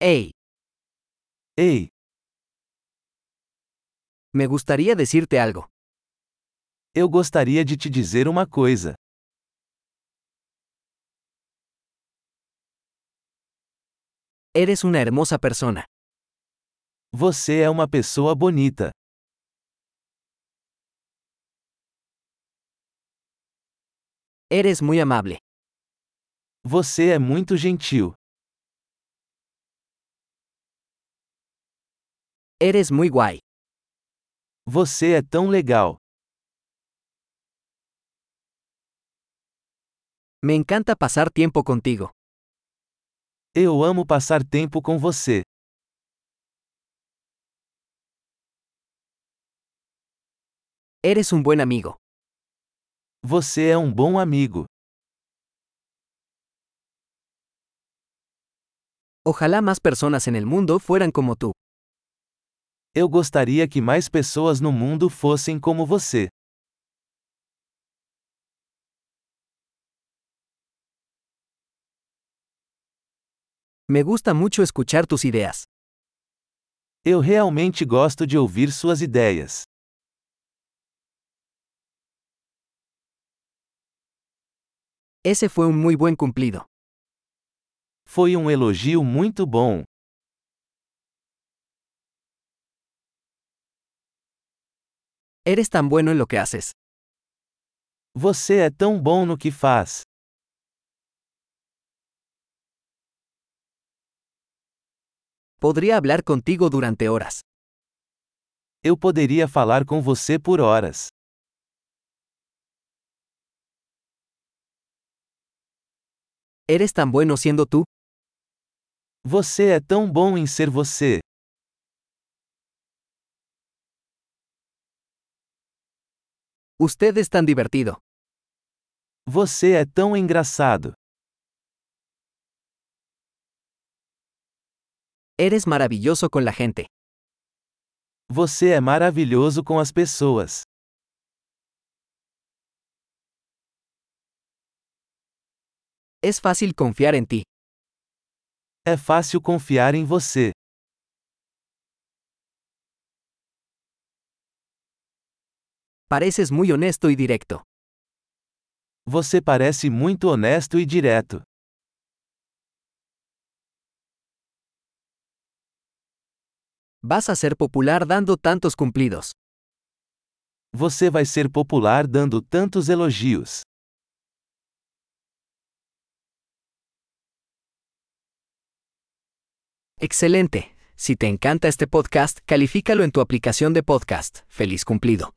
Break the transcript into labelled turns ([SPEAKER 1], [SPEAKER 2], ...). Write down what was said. [SPEAKER 1] Hey,
[SPEAKER 2] Hey,
[SPEAKER 1] me gustaría decirte algo.
[SPEAKER 2] eu gostaria de te dizer uma coisa.
[SPEAKER 1] Eres una hermosa persona.
[SPEAKER 2] Você é uma pessoa bonita.
[SPEAKER 1] Eres muy amable.
[SPEAKER 2] Você é muito gentil.
[SPEAKER 1] Eres muy guay.
[SPEAKER 2] Você é tão legal.
[SPEAKER 1] Me encanta pasar tiempo contigo.
[SPEAKER 2] Eu amo passar tempo com você.
[SPEAKER 1] Eres un buen amigo.
[SPEAKER 2] Você é um bom amigo.
[SPEAKER 1] Ojalá más personas en el mundo fueran como tú.
[SPEAKER 2] Eu gostaria que mais pessoas no mundo fossem como você.
[SPEAKER 1] Me gusta mucho escuchar tus ideas.
[SPEAKER 2] Eu realmente gosto de ouvir suas ideias.
[SPEAKER 1] Ese fue un muy buen cumplido.
[SPEAKER 2] Foi um elogio muito bom.
[SPEAKER 1] Eres tan bueno en lo que haces.
[SPEAKER 2] Você é tão bom no que faz.
[SPEAKER 1] Podría hablar contigo durante horas.
[SPEAKER 2] Eu poderia falar com você por horas.
[SPEAKER 1] Eres tan bueno siendo tú.
[SPEAKER 2] Você é tão bom em ser você.
[SPEAKER 1] Usted es tan divertido.
[SPEAKER 2] Você é tão engraçado.
[SPEAKER 1] Eres maravilloso con la gente.
[SPEAKER 2] Você é maravilhoso com as pessoas.
[SPEAKER 1] Es fácil confiar en ti.
[SPEAKER 2] É fácil confiar em você.
[SPEAKER 1] Pareces muy honesto y directo.
[SPEAKER 2] Você parece muito honesto e direto.
[SPEAKER 1] Vas a ser popular dando tantos cumplidos.
[SPEAKER 2] Você vai ser popular dando tantos elogios.
[SPEAKER 1] Excelente. Si te encanta este podcast, califícalo en tu aplicación de podcast. Feliz cumplido.